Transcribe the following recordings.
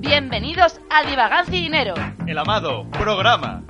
Bienvenidos a Divagancia y Dinero, el amado programa.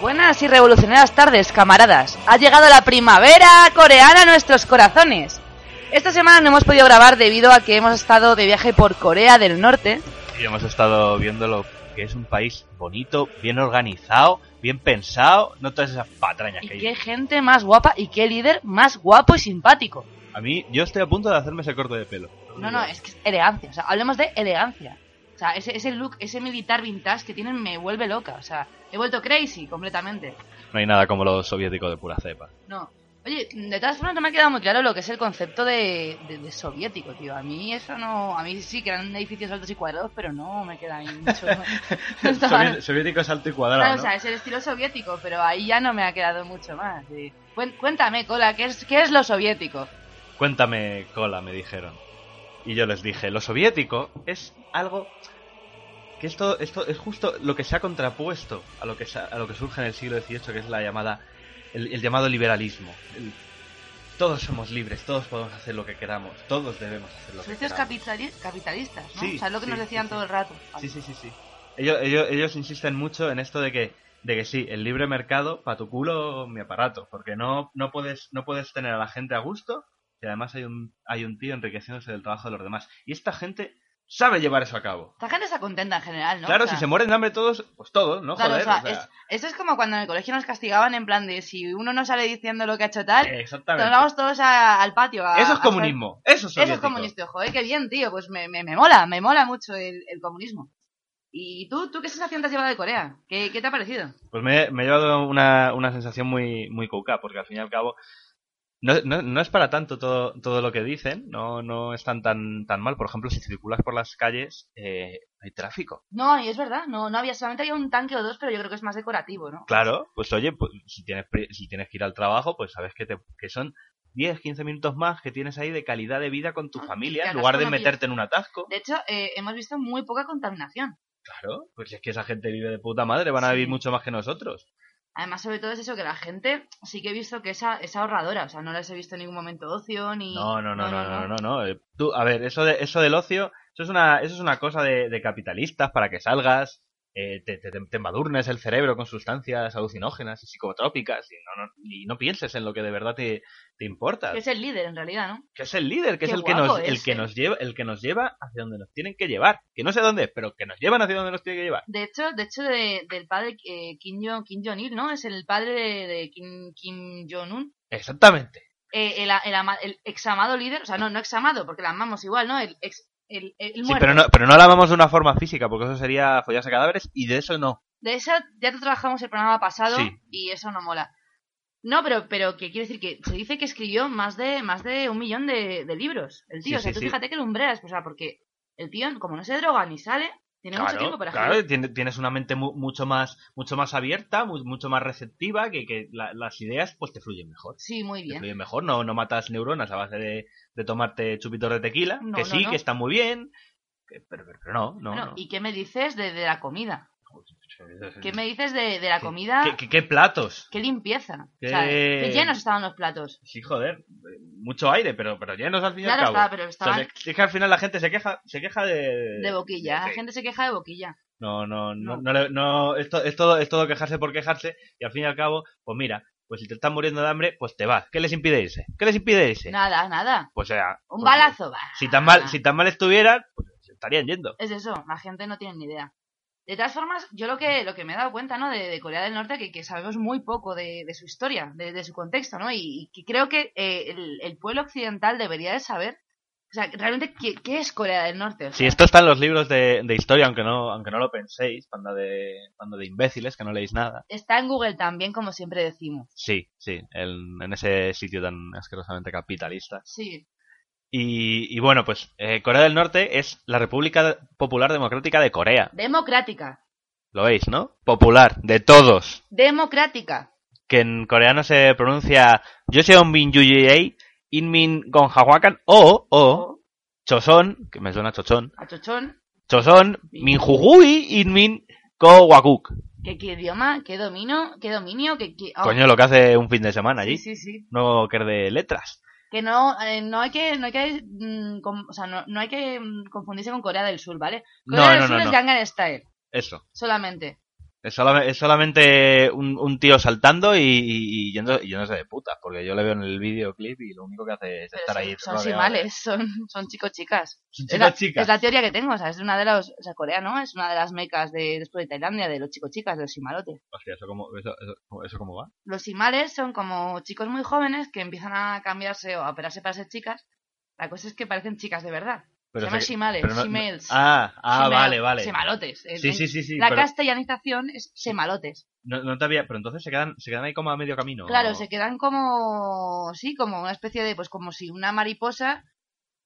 Buenas y revolucionarias tardes, camaradas. Ha llegado la primavera coreana a nuestros corazones. Esta semana no hemos podido grabar debido a que hemos estado de viaje por Corea del Norte. Y hemos estado viendo lo que es un país bonito, bien organizado, bien pensado, no todas esas patrañas Y que hay. qué gente más guapa y qué líder más guapo y simpático. A mí, yo estoy a punto de hacerme ese corte de pelo. No, no, es que es elegancia. O sea, hablemos de elegancia. O sea, ese, ese look, ese militar vintage que tienen me vuelve loca. O sea, he vuelto crazy completamente. No hay nada como los soviéticos de pura cepa. No. Oye, de todas formas no me ha quedado muy claro lo que es el concepto de, de- de soviético, tío. A mí eso no... A mí sí que eran edificios altos y cuadrados, pero no me queda ahí mucho... O sea, Sovié- soviéticos alto y cuadrado, claro, ¿no? o sea, es el estilo soviético, pero ahí ya no me ha quedado mucho más. sí. Cuen- Cuéntame, Cola, ¿qué es, ¿qué es lo soviético? Cuéntame cola, me dijeron. Y yo les dije, lo soviético es algo que esto, esto es justo lo que se ha contrapuesto a lo que, sa- a lo que surge en el siglo XVIII, que es la llamada, el, el llamado liberalismo. El- todos somos libres, todos podemos hacer lo que queramos, todos debemos hacer lo que Socios queramos. capitali- capitalistas, ¿no? Sí, o sea, es lo que sí, nos decían sí, todo sí. el rato. Sí, sí, sí, sí. Ellos, ellos, ellos insisten mucho en esto de que, de que sí, el libre mercado, pa' tu culo, mi aparato. Porque no, no, puedes, no puedes tener a la gente a gusto y además hay un, hay un tío enriqueciéndose del trabajo de los demás. Y esta gente sabe llevar eso a cabo. Esta gente está contenta en general, ¿no? claro, O sea, si se mueren de hambre todos, pues todos, ¿no? claro, Joder, o sea, o sea, es- esto es como cuando en el colegio nos castigaban en plan de si uno no sale diciendo lo que ha hecho tal, Exactamente. nos vamos todos a- al patio. a- Eso a es hacer- comunismo. Eso es Eso es soviético. comunista, joder, qué bien, tío. Pues me, me, me mola, me mola mucho el, el comunismo. ¿Y tú, tú qué sensación te has llevado de Corea? ¿Qué, qué te ha parecido? Pues me, me he llevado una, una sensación muy, muy cuca, porque al fin y al cabo no, no, no es para tanto todo, todo lo que dicen, no, no están tan, tan mal. Por ejemplo, si circulas por las calles, eh, hay tráfico. No, y es verdad, no, no había, solamente había un tanque o dos, pero yo creo que es más decorativo, ¿no? Claro, pues oye, pues, si, tienes, pri- si tienes que ir al trabajo, pues sabes que, te, que son 10, 15 minutos más que tienes ahí de calidad de vida con tu Ah, familia, que en lugar hagas de una meterte en un atasco. De hecho, eh, hemos visto muy poca contaminación. Claro, pues es que esa gente vive de puta madre, van a vivir Sí. mucho más que nosotros. Además, sobre todo es eso, que la gente sí que he visto que es, a- es ahorradora. O sea, no les he visto en ningún momento ocio ni... No, no, no, no, no, no, no. Eh, Tú, a ver, eso, de, eso del ocio, eso es una, eso es una cosa de, de capitalistas para que salgas, eh, te, te, te embadurnes el cerebro con sustancias alucinógenas y psicotrópicas y no, no, y no pienses en lo que de verdad te, te importa. Que es el líder, en realidad, ¿no? Que es el líder, que es Qué el que, guapo nos, el, es, que eh. nos lleva, el que nos lleva hacia donde nos tienen que llevar. Que no sé dónde, pero que nos llevan hacia donde nos tienen que llevar. De hecho, de hecho de- del padre eh, Kim, Jong, Kim Jong-il, ¿no? Es el padre de, de Kim, Kim Jong-un. Exactamente. Eh, el, el, ama- el examado líder, o sea, no, no examado, porque la amamos igual, ¿no? El, ex, el, el Sí, muerto. pero no, pero no la vamos de una forma física, porque eso sería follarse cadáveres y de eso no. De esa ya te trabajamos el programa pasado Sí. y eso no mola. No, pero, pero que quiere decir que se dice que escribió más de, más de un millón de, de libros. El tío, Sí, o sea, sí, tú sí. fíjate que lumbreas, o sea, porque el tío, como no se droga ni sale, tiene mucho tiempo para claro, escribir. tiene- tienes una mente mu- mucho más mucho más abierta, mu- mucho más receptiva, que, que la- las ideas pues te fluyen mejor. Sí, muy Te bien. fluyen mejor, no, no matas neuronas a base de, de tomarte chupitos de tequila, No, que no, sí, no. que está muy bien, que- pero, pero- pero no, no, Bueno, no. ¿y qué me dices de, de la comida? ¿Qué me dices de, de la comida? ¿Qué, qué- qué platos? ¿Qué limpieza? ¿Qué- O sea, qué llenos estaban los platos. Sí, joder, eh, mucho aire, pero, pero llenos al fin y al Claro cabo. estaba, pero O sea, estaban es- es que al final la gente se queja, se queja de... de boquilla. La sí. gente se queja de boquilla. No, no, no, No. no, le- no, es, to- es todo, es todo quejarse por quejarse y al fin y al cabo, pues mira, pues si te estás muriendo de hambre, pues te vas. ¿Qué les impide irse? ¿Qué les impide irse? Nada, nada. Pues o sea, Un pues, balazo, va. Si tan mal, si tan mal estuvieran, pues se estarían yendo. Es eso, la gente no tiene ni idea. De todas formas, yo lo que, lo que me he dado cuenta, ¿no? De, de Corea del Norte, que, que sabemos muy poco de, de su historia, de, de su contexto, ¿no? Y, y que creo que eh, el, el pueblo occidental debería de saber, o sea, realmente, ¿qué, qué es Corea del Norte? O sea, Si esto está en los libros de, de historia, aunque no, aunque no lo penséis, banda de, banda de imbéciles que no leéis nada. Está en Google también, como siempre decimos. Sí, sí, en, en ese sitio tan asquerosamente capitalista. Sí, Y, y bueno, pues eh, Corea del Norte es la República Popular Democrática de Corea. democrática. Lo veis, ¿no? Popular, de todos. Democrática. Que en coreano se pronuncia Joseon Bin Yuyei, Inmin Gonjahuacan o, o, O, Choson, que me suena Chochón, a Chochón. Choson Minjujui Inmin Ko Wakuk. ¿Qué, qué idioma? ¿Qué domino? ¿Qué dominio? ¿Qué, qué- oh, Coño, lo que hace un fin de semana sí, allí. sí, sí. No que de letras. que no, eh, no hay que, no hay que, mm, com- o sea, no, no hay que mm, confundirse con Corea del Sur, ¿vale? Corea No, del no, Sur no, es no. Gangnam Style, Eso. solamente. Es, solam- es solamente un, un tío saltando y, y- y yendo- y yéndose de putas, porque yo le veo en el videoclip y lo único que hace es Pero estar son, son ahí. rodeado de- simales, son, son chicos chicas. Son Es la, chicos, chicas. es la teoría que tengo, o sea, es una de las, o sea, Corea, ¿no? Es una de las mecas de, después de Tailandia, de los chicos chicas, de los simalotes. Hostia, ¿eso cómo, eso, eso- eso cómo va? Los simales son como chicos muy jóvenes que empiezan a cambiarse o a operarse para ser chicas. La cosa es que parecen chicas de verdad. se llaman sé que- simales, pero no- no- shimales. Ah, ah, shimel- vale, vale. Semalotes. eh, Sí, sí, sí, sí. La pero castellanización es semalotes. no, no te había- pero entonces se quedan, se quedan ahí como a medio camino. Claro, se quedan como, sí, como una especie de, pues como si una mariposa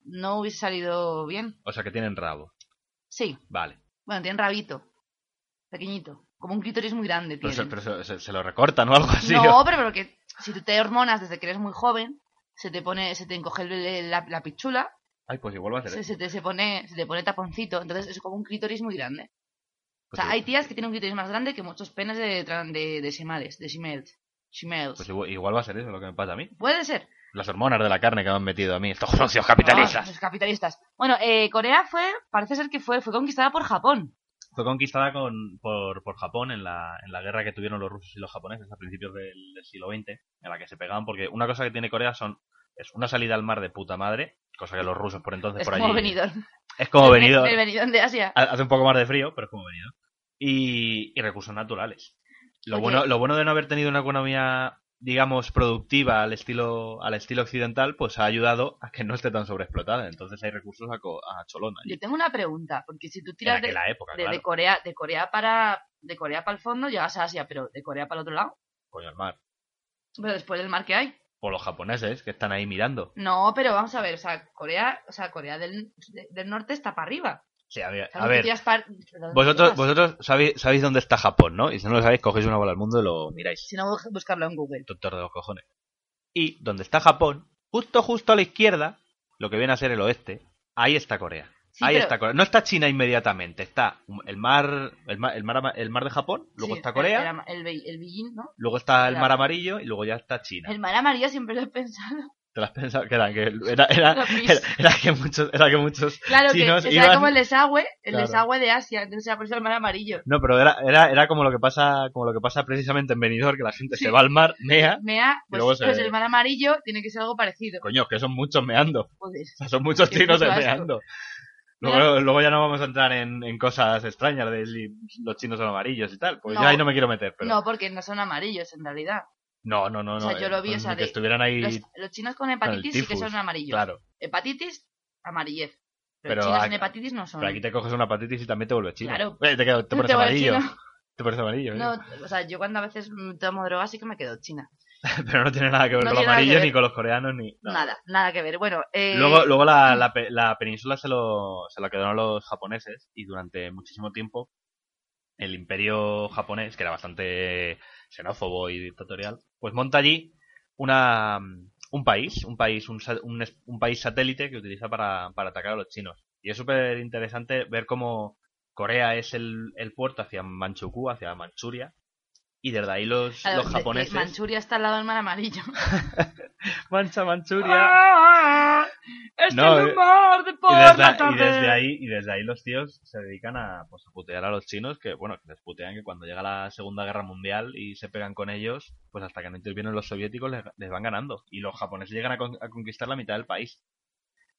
no hubiese salido bien. O sea, que tienen rabo. Sí, Vale. bueno, tienen rabito, pequeñito, como un clítoris muy grande. Pero, se, tienen. pero se- se- se lo recortan o algo así. no, pero porque si tú te hormonas desde que eres muy joven, se te pone, se te encoge el- la, la pichula, Ay, pues igual va a hacer se, eso. se te, se, pone, se te pone taponcito, entonces es como un clítoris muy grande. O Pues sea, igual- hay tías que tienen un clítoris más grande que muchos penes de, tran- de, de shemales, de shemales. Shemales. pues igual, igual va a ser eso lo que me pasa a mí. Puede ser. Las hormonas de la carne que me han metido a mí, estos socios capitalistas. Ah, los capitalistas. Bueno, eh, Corea fue, parece ser que fue, fue conquistada por Japón. Fue conquistada con, por, por Japón en la, en la guerra que tuvieron los rusos y los japoneses a principios del, del siglo XX, en la que se pegaban, porque una cosa que tiene Corea son es una salida al mar de puta madre, cosa que los rusos por entonces Es por como allí... Benidorm. Es como venido. El Benidorm de Asia. Hace un poco más de frío, pero es como venido. Y, y recursos naturales. Lo Oye. bueno, lo bueno de no haber tenido una economía, digamos, productiva al estilo, al estilo occidental, pues ha ayudado a que no esté tan sobreexplotada. Entonces hay recursos a, co- a cholón allí. Yo tengo una pregunta, porque si tú En tiras de, aquella época, de- de claro. Corea, de Corea para de Corea para el fondo llegas a Asia, pero de Corea para el otro lado, Coño, el mar. pero después del mar que hay. O los japoneses que están ahí mirando. No, pero vamos a ver, o sea, Corea, o sea, Corea del, de- del norte está para arriba. Sí, a ver. O sea, A tú ver tiras para- para- vosotros, para- vosotros sabéis, sabéis dónde está Japón, ¿no? Y si no lo sabéis, cogéis una bola al mundo y lo miráis. Si no, buscarlo en Google. Doctor de los cojones. Y donde está Japón, justo, justo a la izquierda, lo que viene a ser el oeste, ahí está Corea. Sí, Ahí pero- está Corea. No está China inmediatamente, está el mar, el mar, el mar, ama- el mar de Japón, luego sí, está Corea, El, el, el, el Beijing, ¿no? luego está el la- mar amarillo y luego ya está China. El mar amarillo siempre lo he pensado. ¿Te lo has pensado? Que era, que era, era- Lo mismo. era- era que muchos, era que muchos. Claro, chinos que es iban- como el desagüe, el Claro. desagüe de Asia, entonces era por eso el mar amarillo. No, pero era, era, era como lo que pasa, como lo que pasa precisamente en Benidorm, que la gente Sí. se va al mar, mea. Mea, pues, luego se- pues el mar amarillo tiene que ser algo parecido. Coño, que son muchos meando. Joder. O sea, son muchos Qué chinos puto asco. meando. Luego, Mira. luego ya no vamos a entrar en, en cosas extrañas de si los chinos son amarillos y tal. Pues No. ya ahí no me quiero meter, pero. No, porque no son amarillos en realidad. No, no, no. no O sea, yo lo vi, con o sea, que de- estuvieran ahí. Los, los chinos con hepatitis sí que tifus, son amarillos. Claro. Hepatitis, amarillez. Pero, Pero los chinos aquí- en hepatitis no son. Pero aquí te coges una hepatitis y también te vuelves chino. Claro. Eh, te, quedas- te pones Te vuelves amarillo. chino. Te pones amarillo. No, ¿eh? o sea, yo cuando a veces mm, tomo drogas sí que me quedo china. Pero no tiene nada que ver No con tiene nada los que amarillos ver. ni con los coreanos ni. no. Nada, nada que ver. Bueno, eh, Luego, luego la, la pe- la península se, lo, se la quedaron los japoneses y durante muchísimo tiempo el imperio japonés, que era bastante xenófobo y dictatorial, pues monta allí una, un país, un país, un, sa- un es- un país satélite que utiliza para, para atacar a los chinos. Y es súper interesante ver cómo, Corea es el, el puerto hacia Manchukuo, hacia Manchuria. Y desde ahí los, Claro, los de- de- japoneses. Manchuria está al lado del mar amarillo. Mancha Manchuria. ¡Ah! ¡Este No, es eh, un mar de Y desde, porno, y desde también! ahí y desde ahí los tíos se dedican a, pues, a putear a los chinos que bueno que les putean que cuando llega la segunda guerra mundial y se pegan con ellos pues hasta que no intervienen los soviéticos les, les van ganando y los japoneses llegan a, con- a conquistar la mitad del país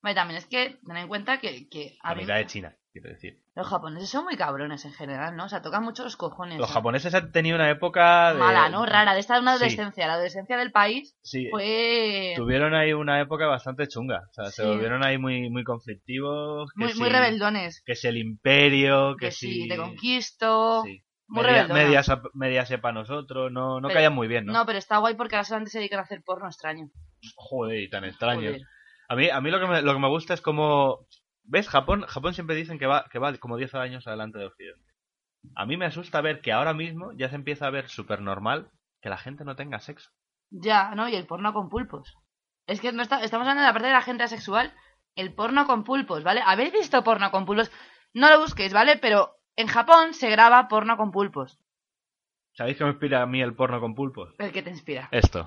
Vale, también es que ten en cuenta que, que a la mí- mitad de China quiero decir los japoneses son muy cabrones en general, ¿no? O sea, tocan mucho los cojones. los ¿no? japoneses han tenido una época de- Mala, ¿no? Rara, de esta de una Sí. adolescencia. La adolescencia del país sí fue tuvieron ahí una época bastante chunga o sea se Sí. volvieron ahí muy muy conflictivos que muy, si- muy rebeldones. que si el imperio que, Que si si te conquisto. sí. Muy media, rebeldona. media sepa- media sepa nosotros no no Pero- caían muy bien ¿no? no pero está guay porque ahora solamente se dedican a hacer porno extraño. Joder, y tan extraño. Joder. A mí, a mí lo, que me, lo que me gusta es como... ¿Ves? Japón, Japón siempre dicen que va, que va como 10 años adelante de Occidente. A mí me asusta ver que ahora mismo ya se empieza a ver súper normal que la gente no tenga sexo. Ya, ¿no? Y el porno con pulpos. Es que no está- estamos hablando de la parte de la gente asexual. El porno con pulpos, ¿vale? ¿Habéis visto porno con pulpos? No lo busquéis, ¿vale? Pero en Japón se graba porno con pulpos. ¿Sabéis que me inspira a mí el porno con pulpos? El que te inspira. Esto.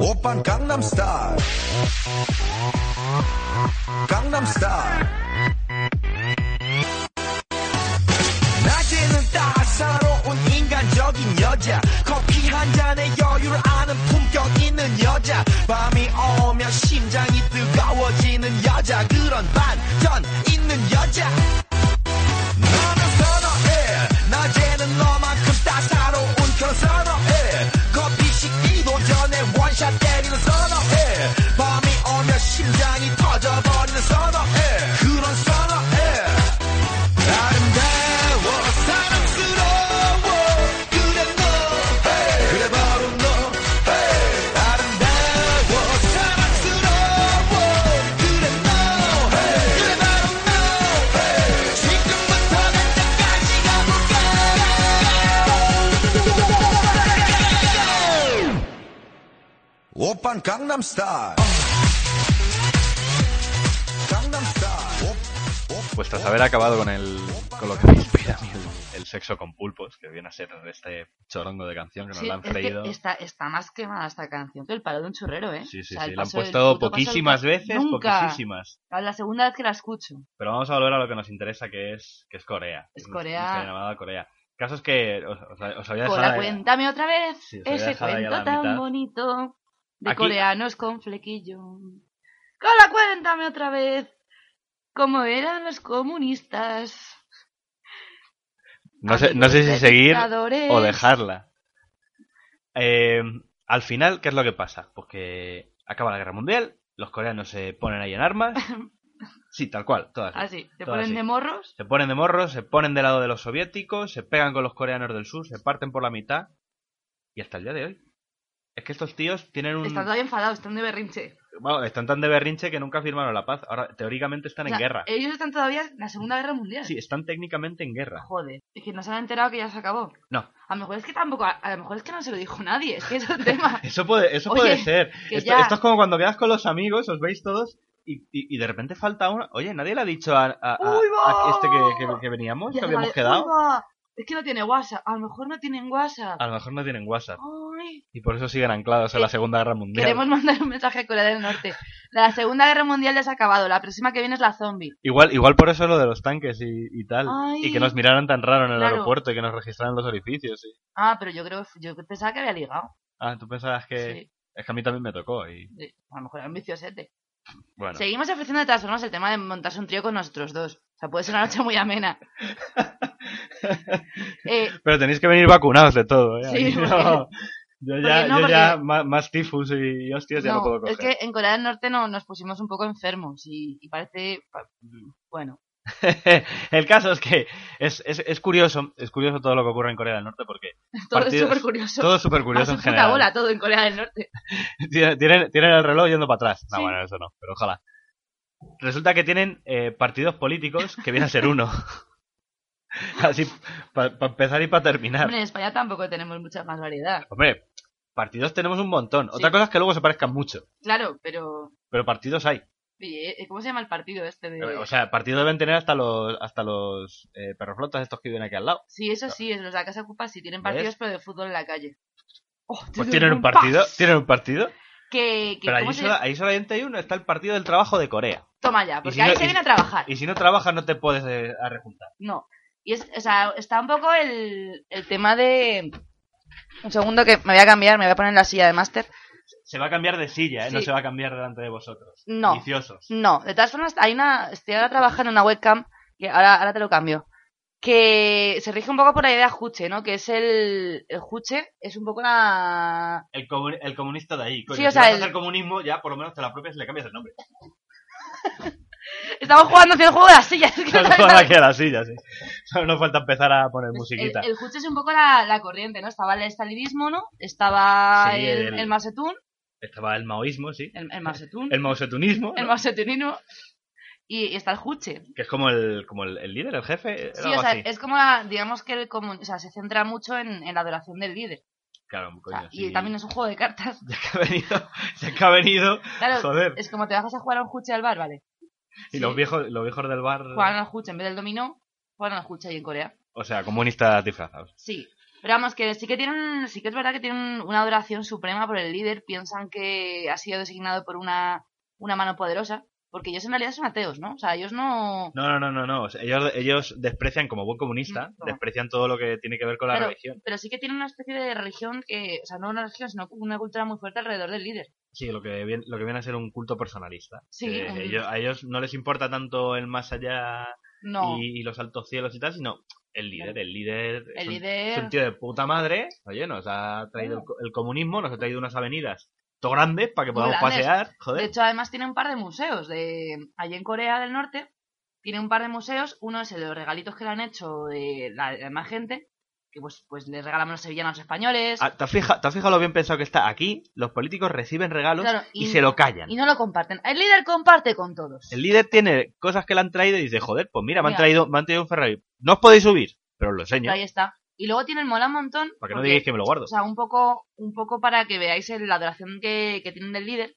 오빤 강남 스타일 강남 스타일 낮에는 따사로운 인간적인 여자 커피 한 잔에 여유를 아는 품격 있는 여자 밤이 오면 심장이 뜨거워지는 여자 그런 반전 있는 여자 너는 선호해 낮에는 너만큼 따사로운 그런 선호해 커피 식기도 전에 원샷 때리는 선호해 밤이 오면 심장이 터져버리는 선호해 그런 선호해 아름다워 사랑스러워 그래 너 그래 바로 너 아름다워 사랑스러워 그래 너 그래 바로 너 지금부터 내 땅까지 가볼까 오빤 강남스타일 강남스타일 Pues tras haber acabado con el con lo que me inspira a mí el, el sexo con pulpos, que viene a ser este chorongo de canción que nos Sí, la han es que freído. está, está más quemada esta canción que el palo de un churrero, ¿eh? Sí, sí, O sea, sí. el La han paso del puesto puto paso del poquísimas ca- veces, Nunca. poquísimas. Es la segunda vez que la escucho. Pero vamos a volver a lo que nos interesa, que es, que es Corea. Es Nuestra- Corea. nuestra llamada Corea. El caso es que os, os- os había dejado... Hola, cuéntame otra vez Sí, os había ese dejado ahí a cuento la tan mitad. bonito de Aquí- coreanos con flequillo. Hola, cuéntame otra vez cómo eran los comunistas. No sé, no sé si amigos de seguir dictadores. o dejarla. Eh, al final, ¿qué es lo que pasa? Pues que acaba la guerra mundial, los coreanos se ponen ahí en armas. Sí, tal cual, todas. Así, Ah, te todo ponen así. de morros. Se ponen de morros, se ponen del lado de los soviéticos, se pegan con los coreanos del sur, se parten por la mitad. Y hasta el día de hoy. Es que estos tíos tienen un... Están todavía enfadados, están de berrinche. Vamos, Mm. están tan de berrinche que nunca firmaron la paz. Ahora, teóricamente están O sea, en guerra. Ellos están todavía en la Segunda Guerra Mundial. Sí, están técnicamente en guerra. Joder, es que no se han enterado que ya se acabó. No, A lo mejor es que tampoco, a, a lo mejor es que no se lo dijo nadie, es que es un tema. eso puede, eso Oye, puede ser. que Esto, ya- esto es como cuando quedas con los amigos, os veis todos y, y- y de repente falta uno. Oye, nadie le ha dicho a, a- a- ¡Uy, va! a este que, que- que veníamos, Ya se que habíamos va de- quedado. "Uy, va, Es que no tiene WhatsApp, a lo mejor no tienen WhatsApp. A lo mejor no tienen WhatsApp Ay, y por eso siguen anclados en la Que- Segunda Guerra Mundial. Eh, Queremos mandar un mensaje a Corea del Norte. La Segunda Guerra Mundial ya se ha acabado, la próxima que viene es la zombie. Igual, igual por eso lo de los tanques y, y tal. Ay. Y que nos miraran tan raro en el Claro. aeropuerto y que nos registraran los orificios. sí. Ah, pero yo creo, yo pensaba que había ligado. Ah, tú pensabas que... Sí, Es que a mí también me tocó y... sí. a lo mejor era un viciosete. Bueno. Seguimos ofreciendo de todas formas el tema de montarse un trío con nosotros dos. O sea, puede ser una noche muy amena. Eh, Pero tenéis que venir vacunados de todo, ¿eh? Sí, Aquí porque- no. Yo ya, porque no, yo ya porque- ma- más, tifus y hostias ya no, no, puedo coger. es que en Corea del Norte no, nos pusimos un poco enfermos y, y parece... pa- Bueno, El caso es que es, es, es curioso, es curioso todo lo que ocurre en Corea del Norte porque todo es Partidos- súper curioso. todo es súper curioso a su en puta general. bola todo en Corea del Norte. Tienen, tienen- tienen el reloj yendo para atrás. No, Sí. bueno, eso no, pero ojalá. Resulta que tienen eh, partidos políticos que vienen a ser uno. Así, para empezar y para terminar. Hombre, en España tampoco tenemos mucha más variedad. Hombre, Partidos tenemos un montón. Sí. Otra cosa es que luego se parezcan mucho. Claro, pero. Pero partidos hay. oye, eh, ¿Cómo se llama el partido este de.? Eh, O sea, partidos deben tener hasta los hasta los eh, perroflotas estos que viven aquí al lado. sí, eso sí, es los de la Casa Ocupa sí tienen partidos, ¿Ves? pero de fútbol en la calle. Oh, Pues tienen un partido. Tienen un partido. Que, que- Pero ¿cómo ahí, se sola- llama? ahí solamente hay uno. Está el partido del trabajo de Corea. Toma ya, porque si ahí no- se y- viene a trabajar. Y si no trabajas no te puedes eh, a rejuntar. No. Y es, o sea, está un poco el, el tema de. Un segundo que me voy a cambiar, me voy a poner en la silla de máster. Se va a cambiar de silla, ¿eh? No Sí. se va a cambiar delante de vosotros. No. Mm. Viciosos. No, de todas formas, hay una. Estoy ahora trabajando en una webcam, que ahora, ahora te lo cambio. Que se rige un poco por la idea Juche, ¿no? Que es el. El Juche es un poco la. El, comu- el comunista de ahí. Coño, Sí, o si sea, vas a el- hacer comunismo, ya por lo menos te la propias y le cambias el nombre. Estamos jugando hacia el juego de las sillas. es que no sabes nada. aquí a la silla, sí. Solo nos falta empezar a poner musiquita. El, el Juche es un poco la, la corriente, ¿no? Estaba el estalinismo, ¿no? Estaba Sí, el, el- el Mao Zedong, Estaba el maoísmo, sí. El, el Mao Zedong, El maosetunismo, el ¿no? Mao Zedongismo, Y, y está el Juche. que es como el, como el, el líder, el jefe. Sí, algo o sea, así. es como, la- digamos que el comun- o sea, se centra mucho en, en la adoración del líder. Claro, O coño. sea, Y sí. también es un juego de cartas. Ya que ha venido, ya que ha venido, Claro, joder. es como te bajas a jugar a un juche al bar, ¿vale? Y los sí. viejos, los viejos del bar, Juegan al juche en vez del dominó, juegan al juche ahí en Corea. o sea, comunistas disfrazados. Sí. Pero vamos, que sí que tienen, sí que es verdad que tienen una adoración suprema por el líder, piensan que ha sido designado por una, una mano poderosa, porque ellos en realidad son ateos, ¿no? O sea, ellos no... No, no, no, no, no. O sea, ellos, ellos desprecian como buen comunista, No. desprecian todo lo que tiene que ver con la Claro. religión. Pero sí que tienen una especie de religión que, o sea, no una religión, sino una cultura muy fuerte alrededor del líder. Sí, lo que viene, lo que viene a ser un culto personalista. Sí, Que un- ellos- a ellos no les importa tanto el más allá No. y, y los altos cielos y tal, sino el líder, Claro. el líder. es El un- líder- es un tío de puta madre. Oye, nos ha traído el, co- el comunismo, nos ha traído unas avenidas to grandes para que Muy podamos grandes. pasear. Joder. De hecho, además tiene un par de museos. De... Allí en Corea del Norte tiene un par de museos. Uno es el de los regalitos que le han hecho de la, la demás gente, que pues, pues le regalamos los sevillanos a los españoles. Ah, ¿Te has, fija- te has fijado lo bien pensado que está? Aquí los políticos reciben regalos Claro, y, y- se lo callan. Y no lo comparten. El líder comparte con todos. El líder tiene cosas que le han traído y dice, joder, pues mira, me han Mira. traído, me han traído un Ferrari. No os podéis subir, pero os lo enseño. Ahí está. Y luego tienen mola un montón. Para que no porque- digáis que me lo guardo. O sea, un poco, un poco para que veáis el- la adoración que, que tienen del líder.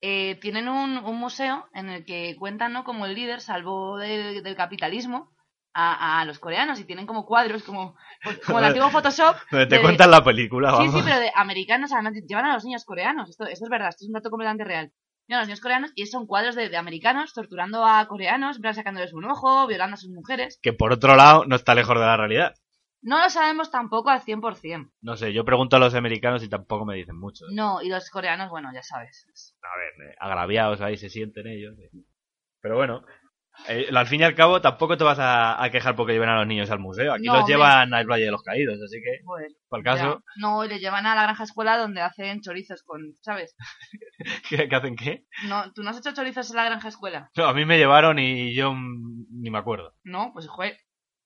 eh, tienen un, un museo en el que cuentan ¿no? como el líder salvó del, del capitalismo a, a los coreanos y tienen como cuadros, como, pues, como el antiguo Photoshop. Donde te de- cuentan la película, Sí, Ah, vamos. sí, pero de americanos, además llevan a los niños coreanos. Esto, esto es verdad, esto es un dato completamente real. Llevan a los niños coreanos y son cuadros de, de americanos torturando a coreanos, en plan, sacándoles un ojo, violando a sus mujeres. Que por otro lado, no está lejos de la realidad. No lo sabemos tampoco al 100%. No sé, yo pregunto a los americanos y tampoco me dicen mucho. No, y los coreanos, bueno, ya sabes. A ver, eh, agraviados ahí se sienten ellos. eh. Pero bueno, eh, al fin y al cabo tampoco te vas a, a quejar porque lleven a los niños al museo. Aquí No, los hombre. llevan al Valle de los Caídos, así que, Joder, por el ya. caso, No, y le llevan a la granja escuela donde hacen chorizos con, ¿sabes? ¿qué, qué hacen qué? No, ¿Tú no has hecho chorizos en la granja escuela? No, a mí me llevaron y yo mm, ni me acuerdo. No, pues joder.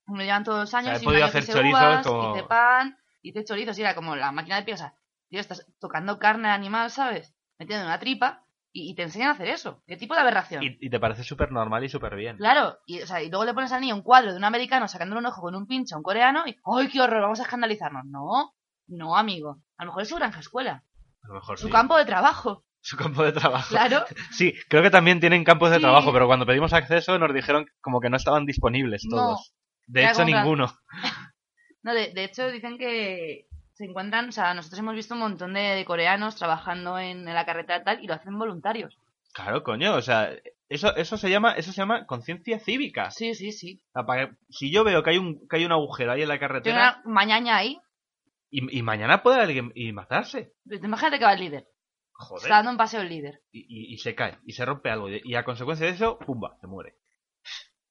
Me llevan todos los años. sea, he y podido mayo hacer hice chorizos uvas, como- Hice pan, hice chorizos y era como la máquina de piezas. Tío, estás tocando carne de animal, ¿sabes? Metiendo en una tripa y, y te enseñan a hacer eso. ¿Qué tipo de aberración? Y, y te parece súper normal y súper bien. Claro, y, o sea, y luego le pones al niño un cuadro de un americano sacándole un ojo con un pincho a un coreano y ¡ay, qué horror! Vamos a escandalizarnos. No, no, amigo. A lo mejor es su granja escuela, A lo mejor su sí. campo de trabajo. Su campo de trabajo. Claro, Sí, creo que también tienen campos de Sí. trabajo, pero cuando pedimos acceso nos dijeron como que no estaban disponibles No. todos. De Era hecho, como en plan- ninguno. No, de, de hecho dicen que se encuentran, o sea, nosotros hemos visto un montón de, de coreanos trabajando en, en la carretera tal y lo hacen voluntarios. Claro, coño, o sea, eso, eso se llama, eso se llama conciencia cívica. Sí, sí, sí. O sea, para que- si yo veo que hay un, que hay un agujero ahí en la Tiene carretera una mañaña ahí. y, y mañana puede alguien y matarse. Imagínate que va el líder. Joder. Está dando un paseo el líder. Y, y- y se cae, y se rompe algo. Y, y a consecuencia de eso, pumba, se muere.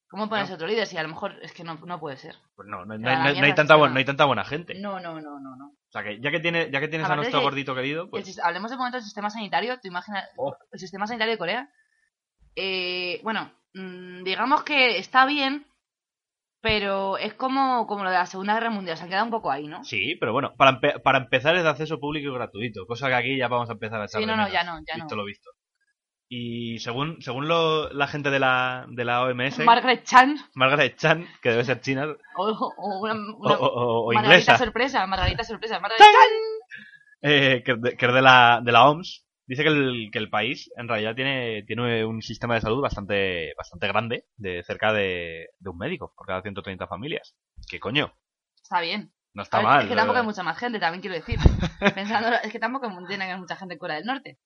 ¿Cómo pones No. otro líder? Si a lo mejor es que no, no puede ser. Pues no, no, no- Pero a la no- no hay mierda, tanta, sí, bu- no. no hay tanta buena gente. No, no, no, no, no. O sea, que ya que, tiene, ya que tienes a Aparte nuestro de que- gordito querido, pues... El sis- hablemos de momento del sistema sanitario. Tú imaginas Oh. el sistema sanitario de Corea. Eh, bueno, mm, digamos que está bien, pero es como, como lo de la Segunda Guerra Mundial. Se han quedado un poco ahí, ¿no? Sí, pero bueno, para, empe- para empezar es de acceso público y gratuito, cosa que aquí ya vamos a empezar a echar Sí, de no, no, menos, ya no, ya no. visto lo visto. Y según, según lo- la gente de la, de la OMS, Margaret Chan. Margaret Chan, que debe ser china O, o una, o, una o- o- o Margarita inglesa, sorpresa, Margarita sorpresa, Margarita. ¡Chan! eh, que, de- que es de la, de la OMS, dice que el, que el país en realidad tiene, tiene un sistema de salud bastante, bastante grande, de cerca de, de un médico por cada 130 familias. ¿Qué coño? Está bien. No está A ver, mal. es que tampoco eh. hay mucha más gente, también quiero decir. Pensándolo, es que tampoco tiene que haber mucha gente en Corea del Norte.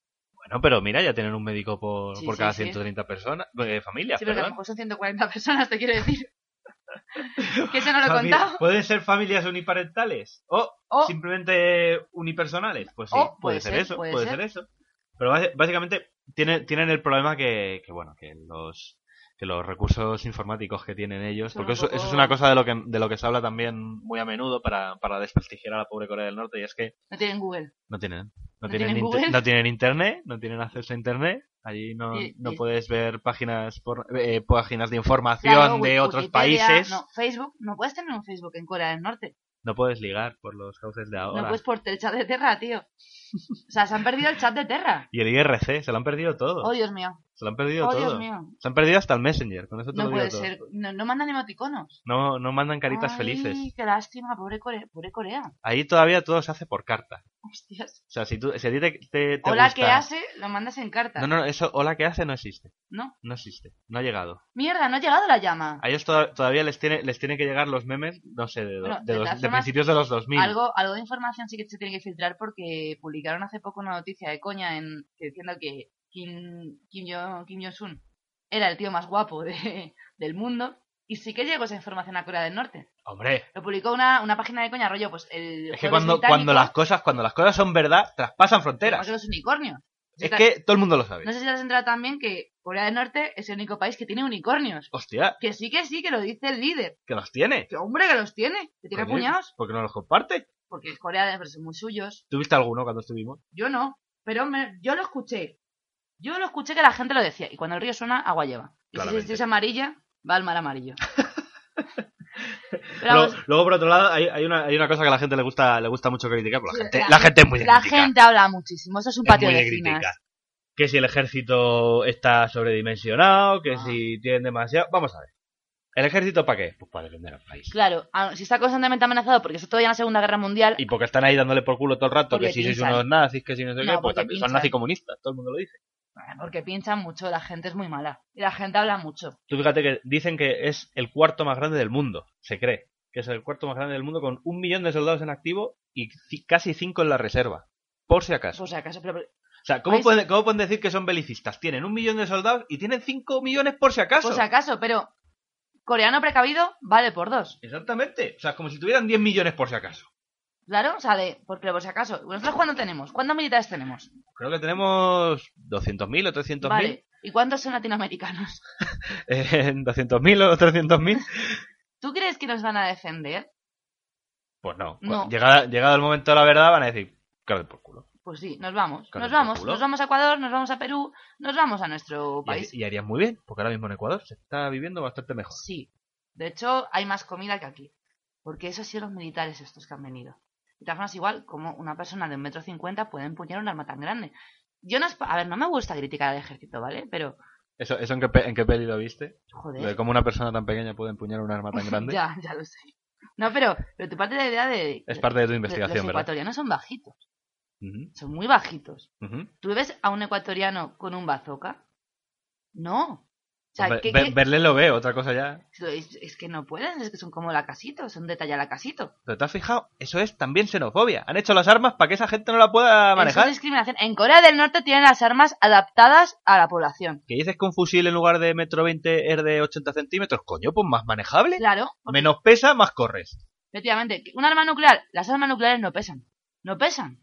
Bueno, pero mira, ya tienen un médico por, Sí, por sí, cada sí. 130 personas, eh, familias. Sí, pero que a lo perdón. mejor son 140 personas, te quiero decir. que eso no lo he Famili- contado. ¿Pueden ser familias uniparentales? ¿O O, simplemente unipersonales? Pues sí, O puede, puede ser, ser, eso, puede puede, ser. ser. eso. Pero basi- básicamente tienen, tienen el problema que, que, bueno, que los que los recursos informáticos que tienen ellos, Son un porque eso, eso poco- es una cosa de lo que de lo que se habla también muy a menudo para, para desprestigiar a la pobre Corea del Norte y es que no tienen Google. no tienen no, No tienen, tienen inter- Google. no tienen internet, no tienen acceso a internet, allí no, Y- no y- puedes ver páginas por, eh, páginas de información Claro, Wiki- de otros Wikipedia, países. No, Facebook. No puedes tener un Facebook en Corea del Norte. No puedes ligar por los cauces de ahora. No puedes por el chat de Terra, tío. O sea, se han perdido el chat de Terra. Y el IRC, se lo han perdido todo. Oh, Dios mío. Se lo han perdido Oh, todo. Dios mío. Se han perdido hasta el Messenger, con eso te No lo digo puede todo. ser. No, no mandan emoticonos. No, no mandan caritas Ay, felices. qué lástima, pobre Corea. Pobre Corea. Ahí todavía todo se hace por carta. Hostias. O sea, si, tú, si a ti te, te, te Hola, gusta... ¿qué hace? Lo mandas en carta. No, no, eso, hola, ¿qué hace? No existe. No. No existe. No ha llegado. Mierda, no ha llegado la llama. A ellos to- todavía les tiene, les tiene que llegar los memes, no sé, de, do- Bueno, de, de los- todas de formas, principios de los 2000. Algo, algo de información sí que se tiene que filtrar porque publicaron hace poco una noticia de coña en, que diciendo que Kim, Kim, Jong, Kim Jong-un era el tío más guapo de- del mundo y sí que llegó esa información a Corea del Norte. Hombre, Lo publicó una, una página de coña, rollo, pues el... es que jueves cuando, británico, cuando, las cosas, cuando las cosas son verdad, igual traspasan que fronteras. los unicornios. Si Es te- que todo el mundo lo sabe. No sé si te has enterado también que Corea del Norte es el único país que tiene unicornios. Hostia, Que sí, que sí, que lo dice el líder. que los tiene. Que hombre, que los tiene. Que tiene Coño, puñados. ¿Por qué no los comparte? Porque es Corea del Norte, son muy suyos. ¿Tuviste alguno cuando estuvimos? Yo no, pero me- yo lo escuché. Yo lo escuché que la gente lo decía. Y cuando el río suena, agua lleva. Y si- si, Claramente. es amarilla, va al mar amarillo. Pero Luego, vamos, luego, por otro lado, hay, hay una, hay una cosa que a la gente le gusta, le gusta mucho criticar. porque Sí, la, gente, la- la gente es muy de la criticar, gente habla muchísimo. Eso es un es patio muy de de vecinas. criticar. Que si el ejército está sobredimensionado, que Ah. si tienen demasiado... Vamos a ver. ¿El ejército para qué? Pues para defender al país. Claro, a- si está constantemente amenazado porque está todavía en la Segunda Guerra Mundial, Y porque están ahí dándole por culo todo el rato, Porque que si sois pinchan. unos nazis, que si no sé No, qué, pues porque también son pinchan. nazicomunistas, todo el mundo lo dice. porque pinchan mucho, la gente es muy mala. Y la gente habla mucho. Tú fíjate que dicen que es el cuarto más grande del mundo, se cree. Que es el cuarto más grande del mundo con un millón de soldados en activo y ci- casi cinco en la reserva. Por si acaso. Por si acaso, pero- pero- O sea, ¿cómo, Pues- pueden, cómo pueden decir que son belicistas? Tienen un millón de soldados y tienen cinco millones por si acaso. por si acaso, pero coreano precavido vale por dos. Exactamente. O sea, es como si tuvieran 10 millones por si acaso. Claro, o sea, de, por, pero por si acaso. ¿Nosotros cuándo tenemos? ¿Cuántos militares tenemos? Creo que tenemos 200.000 o 300.000. Vale. ¿Y cuántos son latinoamericanos? Eh, 200.000 o 300.000. ¿Tú crees que nos van a defender? Pues no. No. Cu- Llegada- llegado el momento de la verdad van a decir, claro, por culo. Pues sí, nos vamos. Claro, nos vamos. por culo. Nos vamos a Ecuador, nos vamos a Perú, nos vamos a nuestro Y, país. harías muy bien, porque ahora mismo en Ecuador se está viviendo bastante mejor. Sí. De hecho, hay más comida que aquí. Porque esos sí los militares estos que han venido. De todas formas, igual, como una persona de un metro cincuenta puede empuñar un arma tan grande. Yo no... es pa- A ver, no me gusta criticar al ejército, ¿vale? Pero, ¿Eso, eso en, qué, pe- en qué peli lo viste? joder. De cómo una persona tan pequeña puede empuñar un arma tan ¿Eh? grande. ya, ya lo sé. No, pero, pero tu parte de la idea de... Es parte de tu de- investigación, Los ¿verdad? ecuatorianos son bajitos. Ujú, Son muy bajitos. ujú. ¿Tú ves a un ecuatoriano con un bazooka? No. O sea, Hombre, ¿qué- ve- qué- Verle lo veo, otra cosa ya. Es, es que no pueden, es que son como lacasitos, son de talla lacasito. Pero te has fijado, eso es también xenofobia. Han hecho las armas para que esa gente no la pueda Eso es manejar. discriminación. En Corea del Norte tienen las armas adaptadas a la población. Que dices que un fusil en lugar de metro 20 es de 80 centímetros, coño, pues más manejable. Claro, porque, Menos pesa, más corres. efectivamente. que Un arma nuclear, las armas nucleares no pesan. No pesan.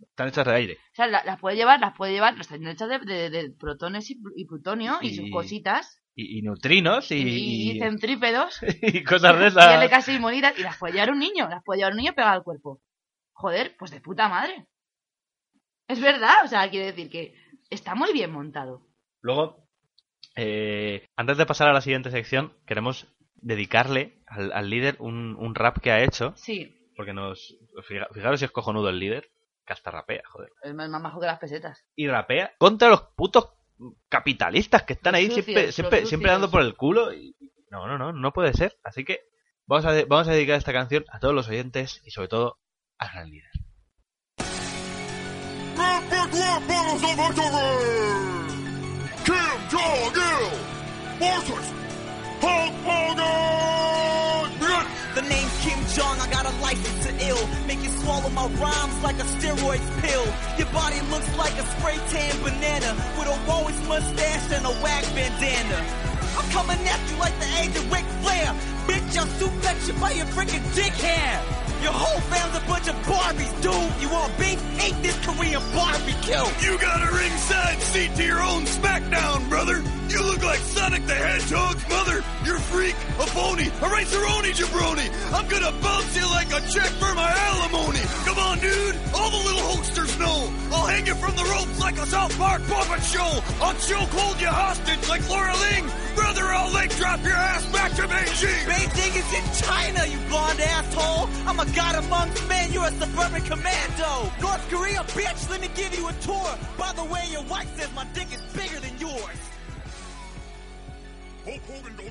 Están hechas de aire. O sea, la- las puede llevar, las puede llevar, están hechas de, de- de protones y, pl- y plutonio y, sus Y- cositas. Y, y neutrinos y, Y, y y- centrípedos. y cosas de Y esas. LKS y monitas, y las puede llevar un niño, las puede llevar un niño pegado al cuerpo. Joder, pues de puta madre. Es verdad, o sea, quiere decir que está muy bien montado. Luego, eh, antes de pasar a la siguiente sección, queremos dedicarle al, al líder un, un rap que ha hecho. Sí, Porque nos. fija- Fijaros si es cojonudo el líder. Que hasta rapea, joder. es más más bajo que las pesetas. y rapea contra los putos capitalistas que están Los ahí sucios, siempre, los siempre, siempre sucios. dando por el culo. y- No, no, no, no puede ser. Así que vamos a, de- vamos a dedicar esta canción a todos los oyentes y sobre todo a gran líder. 넌 perfect world balance of victory! Kim Jong-il versus Hulk Hogan! Yes! The name Kim Jong, I got a license to ill. Make you swallow my rhymes like a steroid pill. Your body looks like a spray tan banana with a woe's mustache and a wag bandana. I'm coming at you like the age of Ric Flair. Bitch, I'll suplex you by your freaking dick hair. Your whole fam's a bunch of Barbies, dude. You want beef? Eat this Korean barbecue. You got a ringside seat to your own SmackDown, brother. You look like Sonic the Hedgehog's mother. You're a freak, a phony, a raceroni jabroni. I'm gonna bounce you like a check for my alimony. Come on, dude. All the little hoaxers know. I'll hang you from the ropes like a South Park puppet show. I'll choke hold you hostage like Laura Ling. Brother, I'll leg drop your ass back to Beijing. Beijing is in China, you blonde asshole. I'm a god amongst men, you're a suburban commando. North Korea, bitch, let me give you a tour. By the way, your wife says my dick is bigger than yours.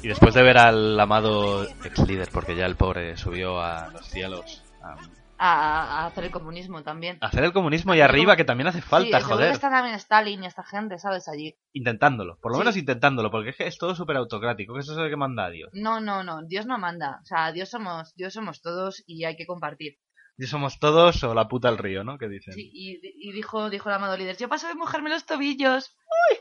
Y después de ver al amado ex líder, porque ya el pobre subió a los cielos a A, a hacer el comunismo también. a hacer el comunismo y arriba, que también hace Ah, falta, Sí, seguro que joder. está también Stalin y esta gente, ¿sabes? Allí. Intentándolo, por lo Sí. menos intentándolo, porque es que es todo súper autocrático, que eso es lo que manda a Dios. No, no, no. Dios no manda. O sea, Dios somos, Dios somos todos y hay que compartir. Y somos todos o la puta al río, ¿no? Que dicen. Sí, y, y dijo, dijo el amado líder, yo paso de mojarme los tobillos. ¡Uy,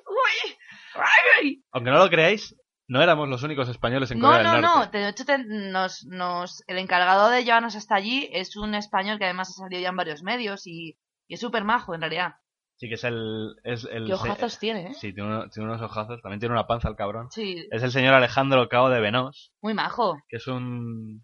uy! ¡Ay, ay! Aunque no lo creáis, no éramos los únicos españoles en No, Corea no, del no. Norte. De hecho, te- nos, nos, el encargado de llevarnos hasta allí es un español que además ha salido ya en varios medios y, y es súper majo, en realidad. Sí, que es el... Es el Qué ojazos tiene, ¿eh? Sí, tiene, uno- tiene unos ojazos, también tiene una panza el cabrón. Sí, Es el señor Alejandro Cao de Venós, muy majo. que es un...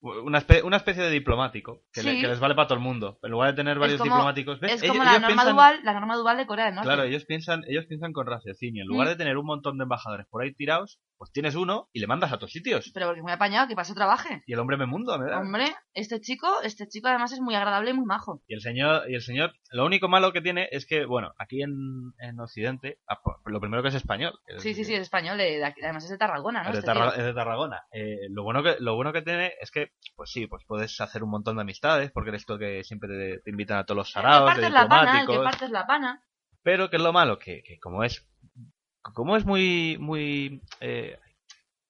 Una espe- una especie de diplomático que, le- Sí. que les vale para todo el mundo. En lugar de tener varios como- diplomáticos, ¿ves? Es Ellos- como la ellos norma piensan- dual, la norma dual de Corea del Norte. Claro, ellos piensan, ellos piensan con raciocinio. En lugar Ah, Mm. de tener un montón de embajadores por ahí tirados, pues tienes uno y le mandas a tus sitios. Pero porque es muy apañado, que paso trabaje. Y el hombre me mundo, ¿verdad? Hombre, este chico, este chico además es muy agradable y muy majo. Y el señor, y el señor, lo único malo que tiene es que, bueno, aquí en, en Occidente, ah, po- lo primero que es español. es Sí, sí, decir, sí, es español, de- de aquí- además es de Tarragona, ¿no? Es de, Este Tarra- tío. es de Tarragona. Eh, lo, bueno que, lo bueno que tiene es que, pues sí, pues puedes hacer un montón de amistades, porque eres tú que siempre te, te invitan a todos los El saraos, que de parte es la pana, el diplomáticos. que parte es la pana. Pero que es lo malo, que, que como es como es muy muy eh,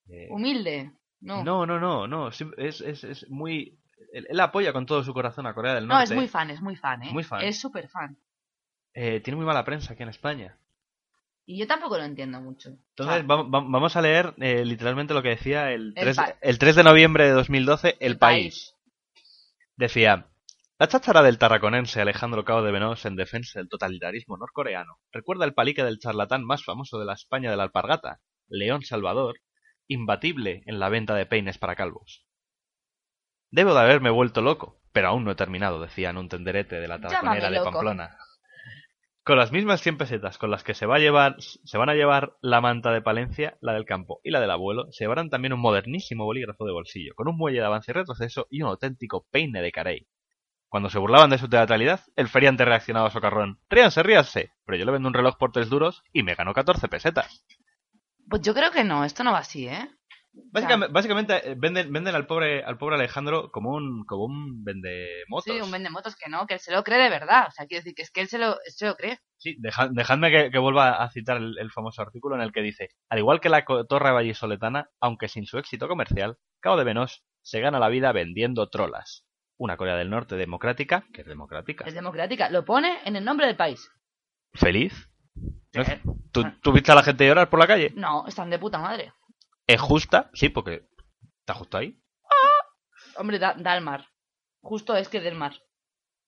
eh, Humilde. No, no, no, no, no, no, sí, es, es, es muy él, él apoya con todo su corazón a Corea del es Norte. muy fan, es muy fan, ¿eh? Muy fan. Es súper fan. Eh, tiene muy mala prensa aquí en España. Y yo tampoco lo entiendo mucho. Entonces O sea, vam- vam- vamos a leer eh, literalmente lo que decía el El 3, pa- el 3 de noviembre de 2012 El, El país. País. Decía, la cháchara del tarraconense Alejandro Cao de Benós en defensa del totalitarismo norcoreano recuerda el palique del charlatán más famoso de la España de la alpargata, León Salvador, imbatible en la venta de peines para calvos. Debo de haberme vuelto loco, pero aún no he terminado, decía en un tenderete de la tarraconera Llámame de loco. Pamplona. Con las mismas 100 pesetas con las que se, va a llevar, se van a llevar la manta de Palencia, la del campo y la del abuelo, se llevarán también un modernísimo bolígrafo de bolsillo, con un muelle de avance y retroceso y un auténtico peine de carey. Cuando se burlaban de su teatralidad, el feriante reaccionaba socarrón. Ríanse, ríanse. Pero yo le vendo un reloj por tres duros y me ganó 14 pesetas. Pues yo creo que no, esto no va así, ¿eh? Básicamente, básicamente, eh, venden, venden al pobre al pobre Alejandro como un como un vendemotos. Sí, un vendemotos que no, que él se lo cree de verdad. O sea, quiero decir que es que él se lo, se lo cree. Sí, deja- dejadme que, que vuelva a citar el, el famoso artículo en el que dice, al igual que la co- torre vallisoletana, aunque sin su éxito comercial, Cabo de Venós se gana la vida vendiendo trolas. Una Corea del Norte democrática, que es democrática, Es democrática. Lo pone en el nombre del país. feliz. ¿No eh, es- ¿Tú, ah. tú viste a la gente llorar por la calle? No, están de puta madre. ¿Es justa? Sí, porque está justo ahí. Hombre, da, da al mar. Justo es que del mar.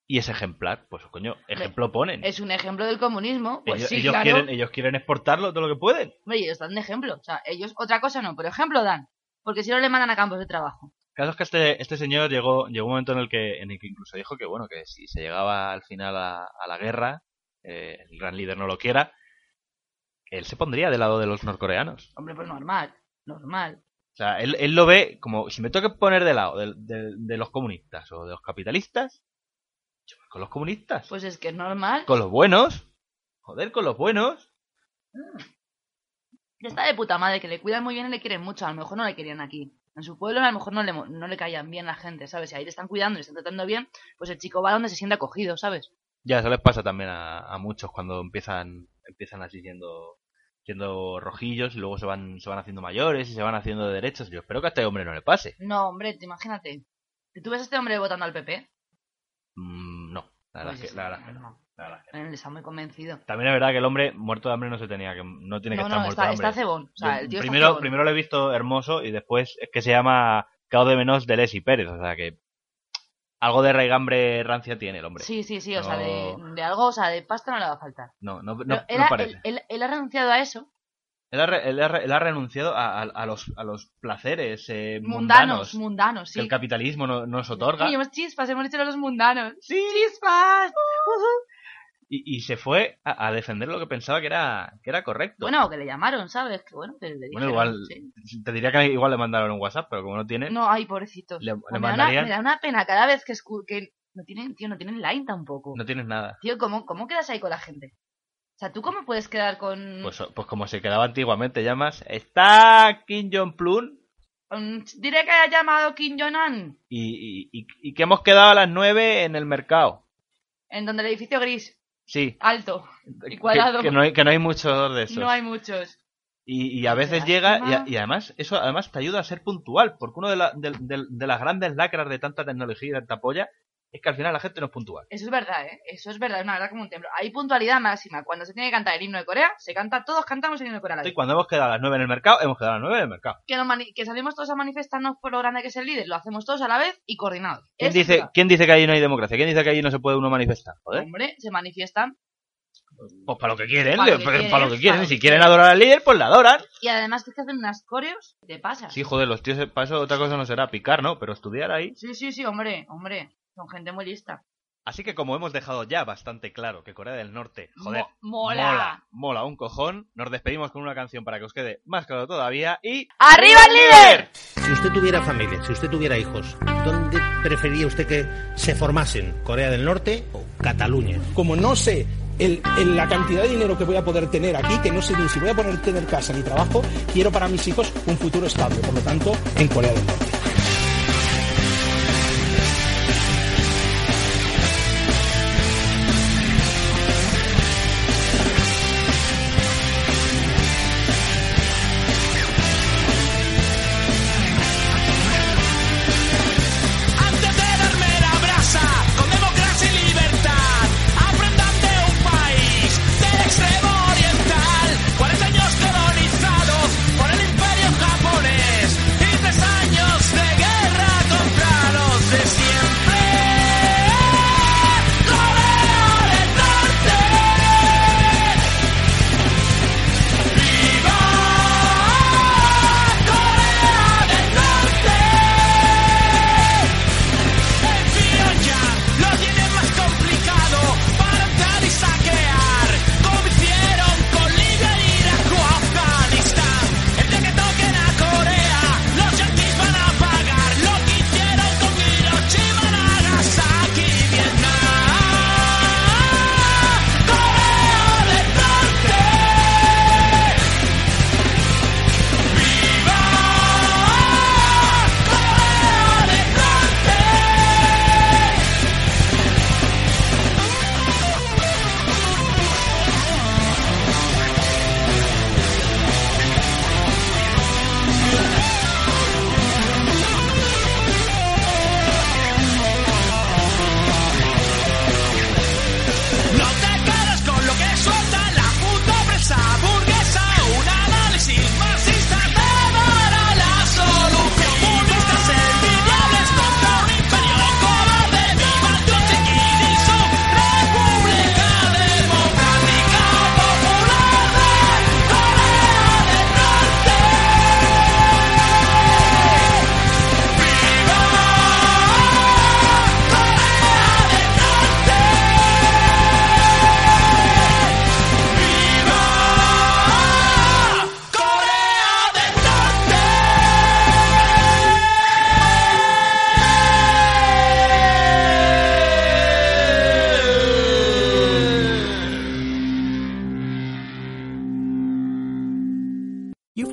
Y es ejemplar, pues coño, ejemplo ponen. Es un ejemplo del comunismo. Pues ellos, sí, ellos claro. quieren, ellos quieren exportarlo todo lo que pueden. Hombre, y ellos dan de ejemplo. O sea, ellos otra cosa no, pero ejemplo dan. Porque si no le mandan a campos de trabajo. El caso es que este, este señor llegó, llegó un momento en el que, en el que incluso dijo que bueno, que si se llegaba al final a, a la guerra, eh, el gran líder no lo quiera, él se pondría del lado de los norcoreanos. Hombre, pues normal. Normal. O sea, él, él lo ve como si me tengo que poner del lado del- del- de, los comunistas o de los capitalistas, yo voy con los comunistas. Pues es que es normal. con los buenos. Joder, con los buenos. que está de puta madre, que le cuidan muy bien y le quieren mucho. A lo mejor no le querían aquí. En su pueblo a lo mejor no le, mo- no le caían bien la gente, ¿sabes? Si ahí le están cuidando, le están tratando bien, pues el chico va donde se siente acogido, ¿sabes? Ya, eso les pasa también a, a muchos cuando empiezan, empiezan así siendo, siendo rojillos y luego se van, se van haciendo mayores y se van haciendo de derechos. Yo espero que a este hombre no le pase. No, hombre, te imagínate. Que tú ves a este hombre votando al PP. Mm, no, la verdad, Pues es que, sí, la verdad es que no, no. la verdad es que no. Él está muy convencido. También es verdad que el hombre muerto de hambre no se tenía que, no tiene que No, estar no, muerto está, de hambre. está cebón. O sea, el tío está primero, cebón. primero lo he visto hermoso y después es que se llama Cao de Menos de Lesi Pérez. O sea que algo de raigambre rancia tiene el hombre. Sí, sí, sí, o No. sea, de, de algo, o sea, de pasta no le va a faltar. No, no, no, Pero no él, ha- parece. él- él- él ha renunciado a eso. Él ha, re- él ha re- él ha renunciado a, a- a los, a los placeres eh, Mundanos, mundanos, mundanos, sí. que el capitalismo no- nos otorga. Y hemos chispas, hemos dicho los mundanos. Sí. ¡Chispas! Y, y se fue a, a defender lo que pensaba que era, que era correcto. Bueno, que le llamaron, ¿sabes? Que bueno, que le Bueno, dijeron, igual- sí. Te diría que igual le mandaron un WhatsApp, pero como no tiene, No, ay, pobrecito. Pues le, le me, da una, mandarían. me da una pena cada vez que, escu- que no tienen, tío, no tienen line tampoco. No tienes nada. Tío, ¿cómo, ¿cómo quedas ahí con la gente? O sea, ¿tú cómo puedes quedar con Pues, pues como se quedaba antiguamente, llamas. Está Kim Jong-plun con- Diré que ha llamado Kim Jong-un y, y- y- y que hemos quedado a las 9 en el mercado. en donde el edificio gris, Sí. alto, Que- cuadrado. Que, no hay, que no hay muchos de esos. no hay muchos. Y, y a veces Qué llega, y, lástima. a- y además, eso además te ayuda a ser puntual, porque uno de, la- de- de- de las grandes lacras de tanta tecnología y tanta polla es que al final la gente no es puntual. Eso es verdad, ¿eh? Eso es verdad, es una verdad como un templo. Hay puntualidad máxima. Cuando se tiene que cantar el himno de Corea, se canta, todos cantamos el himno de Corea. a la Y vez. cuando hemos quedado a las 9 en el mercado, hemos quedado a las 9 en el mercado. Que, nos mani- que salimos todos a manifestarnos por lo grande que es el líder, lo hacemos todos a la vez y coordinados. Eso ¿Quién es dice, verdad. ¿Quién dice que allí no hay democracia? ¿Quién dice que allí no se puede uno manifestar? Joder. Hombre, se manifiestan. Pues para lo que quieren, Para lo le- que para, quieren, para lo que quieren. para lo Si que quieren quieren. adorar al líder, pues la adoran. Y además que hacen unas coreos, te pasas. Sí, joder, los tíos, para eso otra cosa no será picar, ¿no? Pero estudiar ahí. sí, sí, sí, hombre, hombre. Son gente muy lista. Así que como hemos dejado ya bastante claro que Corea del Norte, joder, Mo- mola. mola, mola un cojón, nos despedimos con una canción para que os quede más claro todavía y... ¡Arriba el líder! Si usted tuviera familia, si usted tuviera hijos, ¿dónde preferiría usted que se formasen? ¿Corea del Norte o Cataluña? como no sé el, el- la cantidad de dinero que voy a poder tener aquí, que no sé ni si voy a poder tener casa ni trabajo, quiero para mis hijos un futuro estable, por lo tanto, en Corea del Norte. Antes de darme la brasa, con democracia y libertad, aprendan de un país del extremo oriental, 40 años colonizados por el imperio japonés y tres años de guerra contra los de siempre. ¡Corea del Norte! ¡Viva Corea del Norte! En Pyongyang lo tienen más complicado para entrar y saquear, como hicieron con Libia, Irak o Afganistán. El día que toquen a Corea, los yanquis van a pagar lo que hicieron con Hiroshima, Nagasaki y Vietnam. ¡Corea del Norte! ¡Viva Corea del Norte! No te quedes con lo que suelta la puta prensa burguesa. Un análisis marxista te dará la solución. Comunistas envidiables contra un imperio cobarde. Viva Yoshikiri, su república democrática popular de Corea del Norte. ¡Viva Corea del Norte! Corea del Norte. You've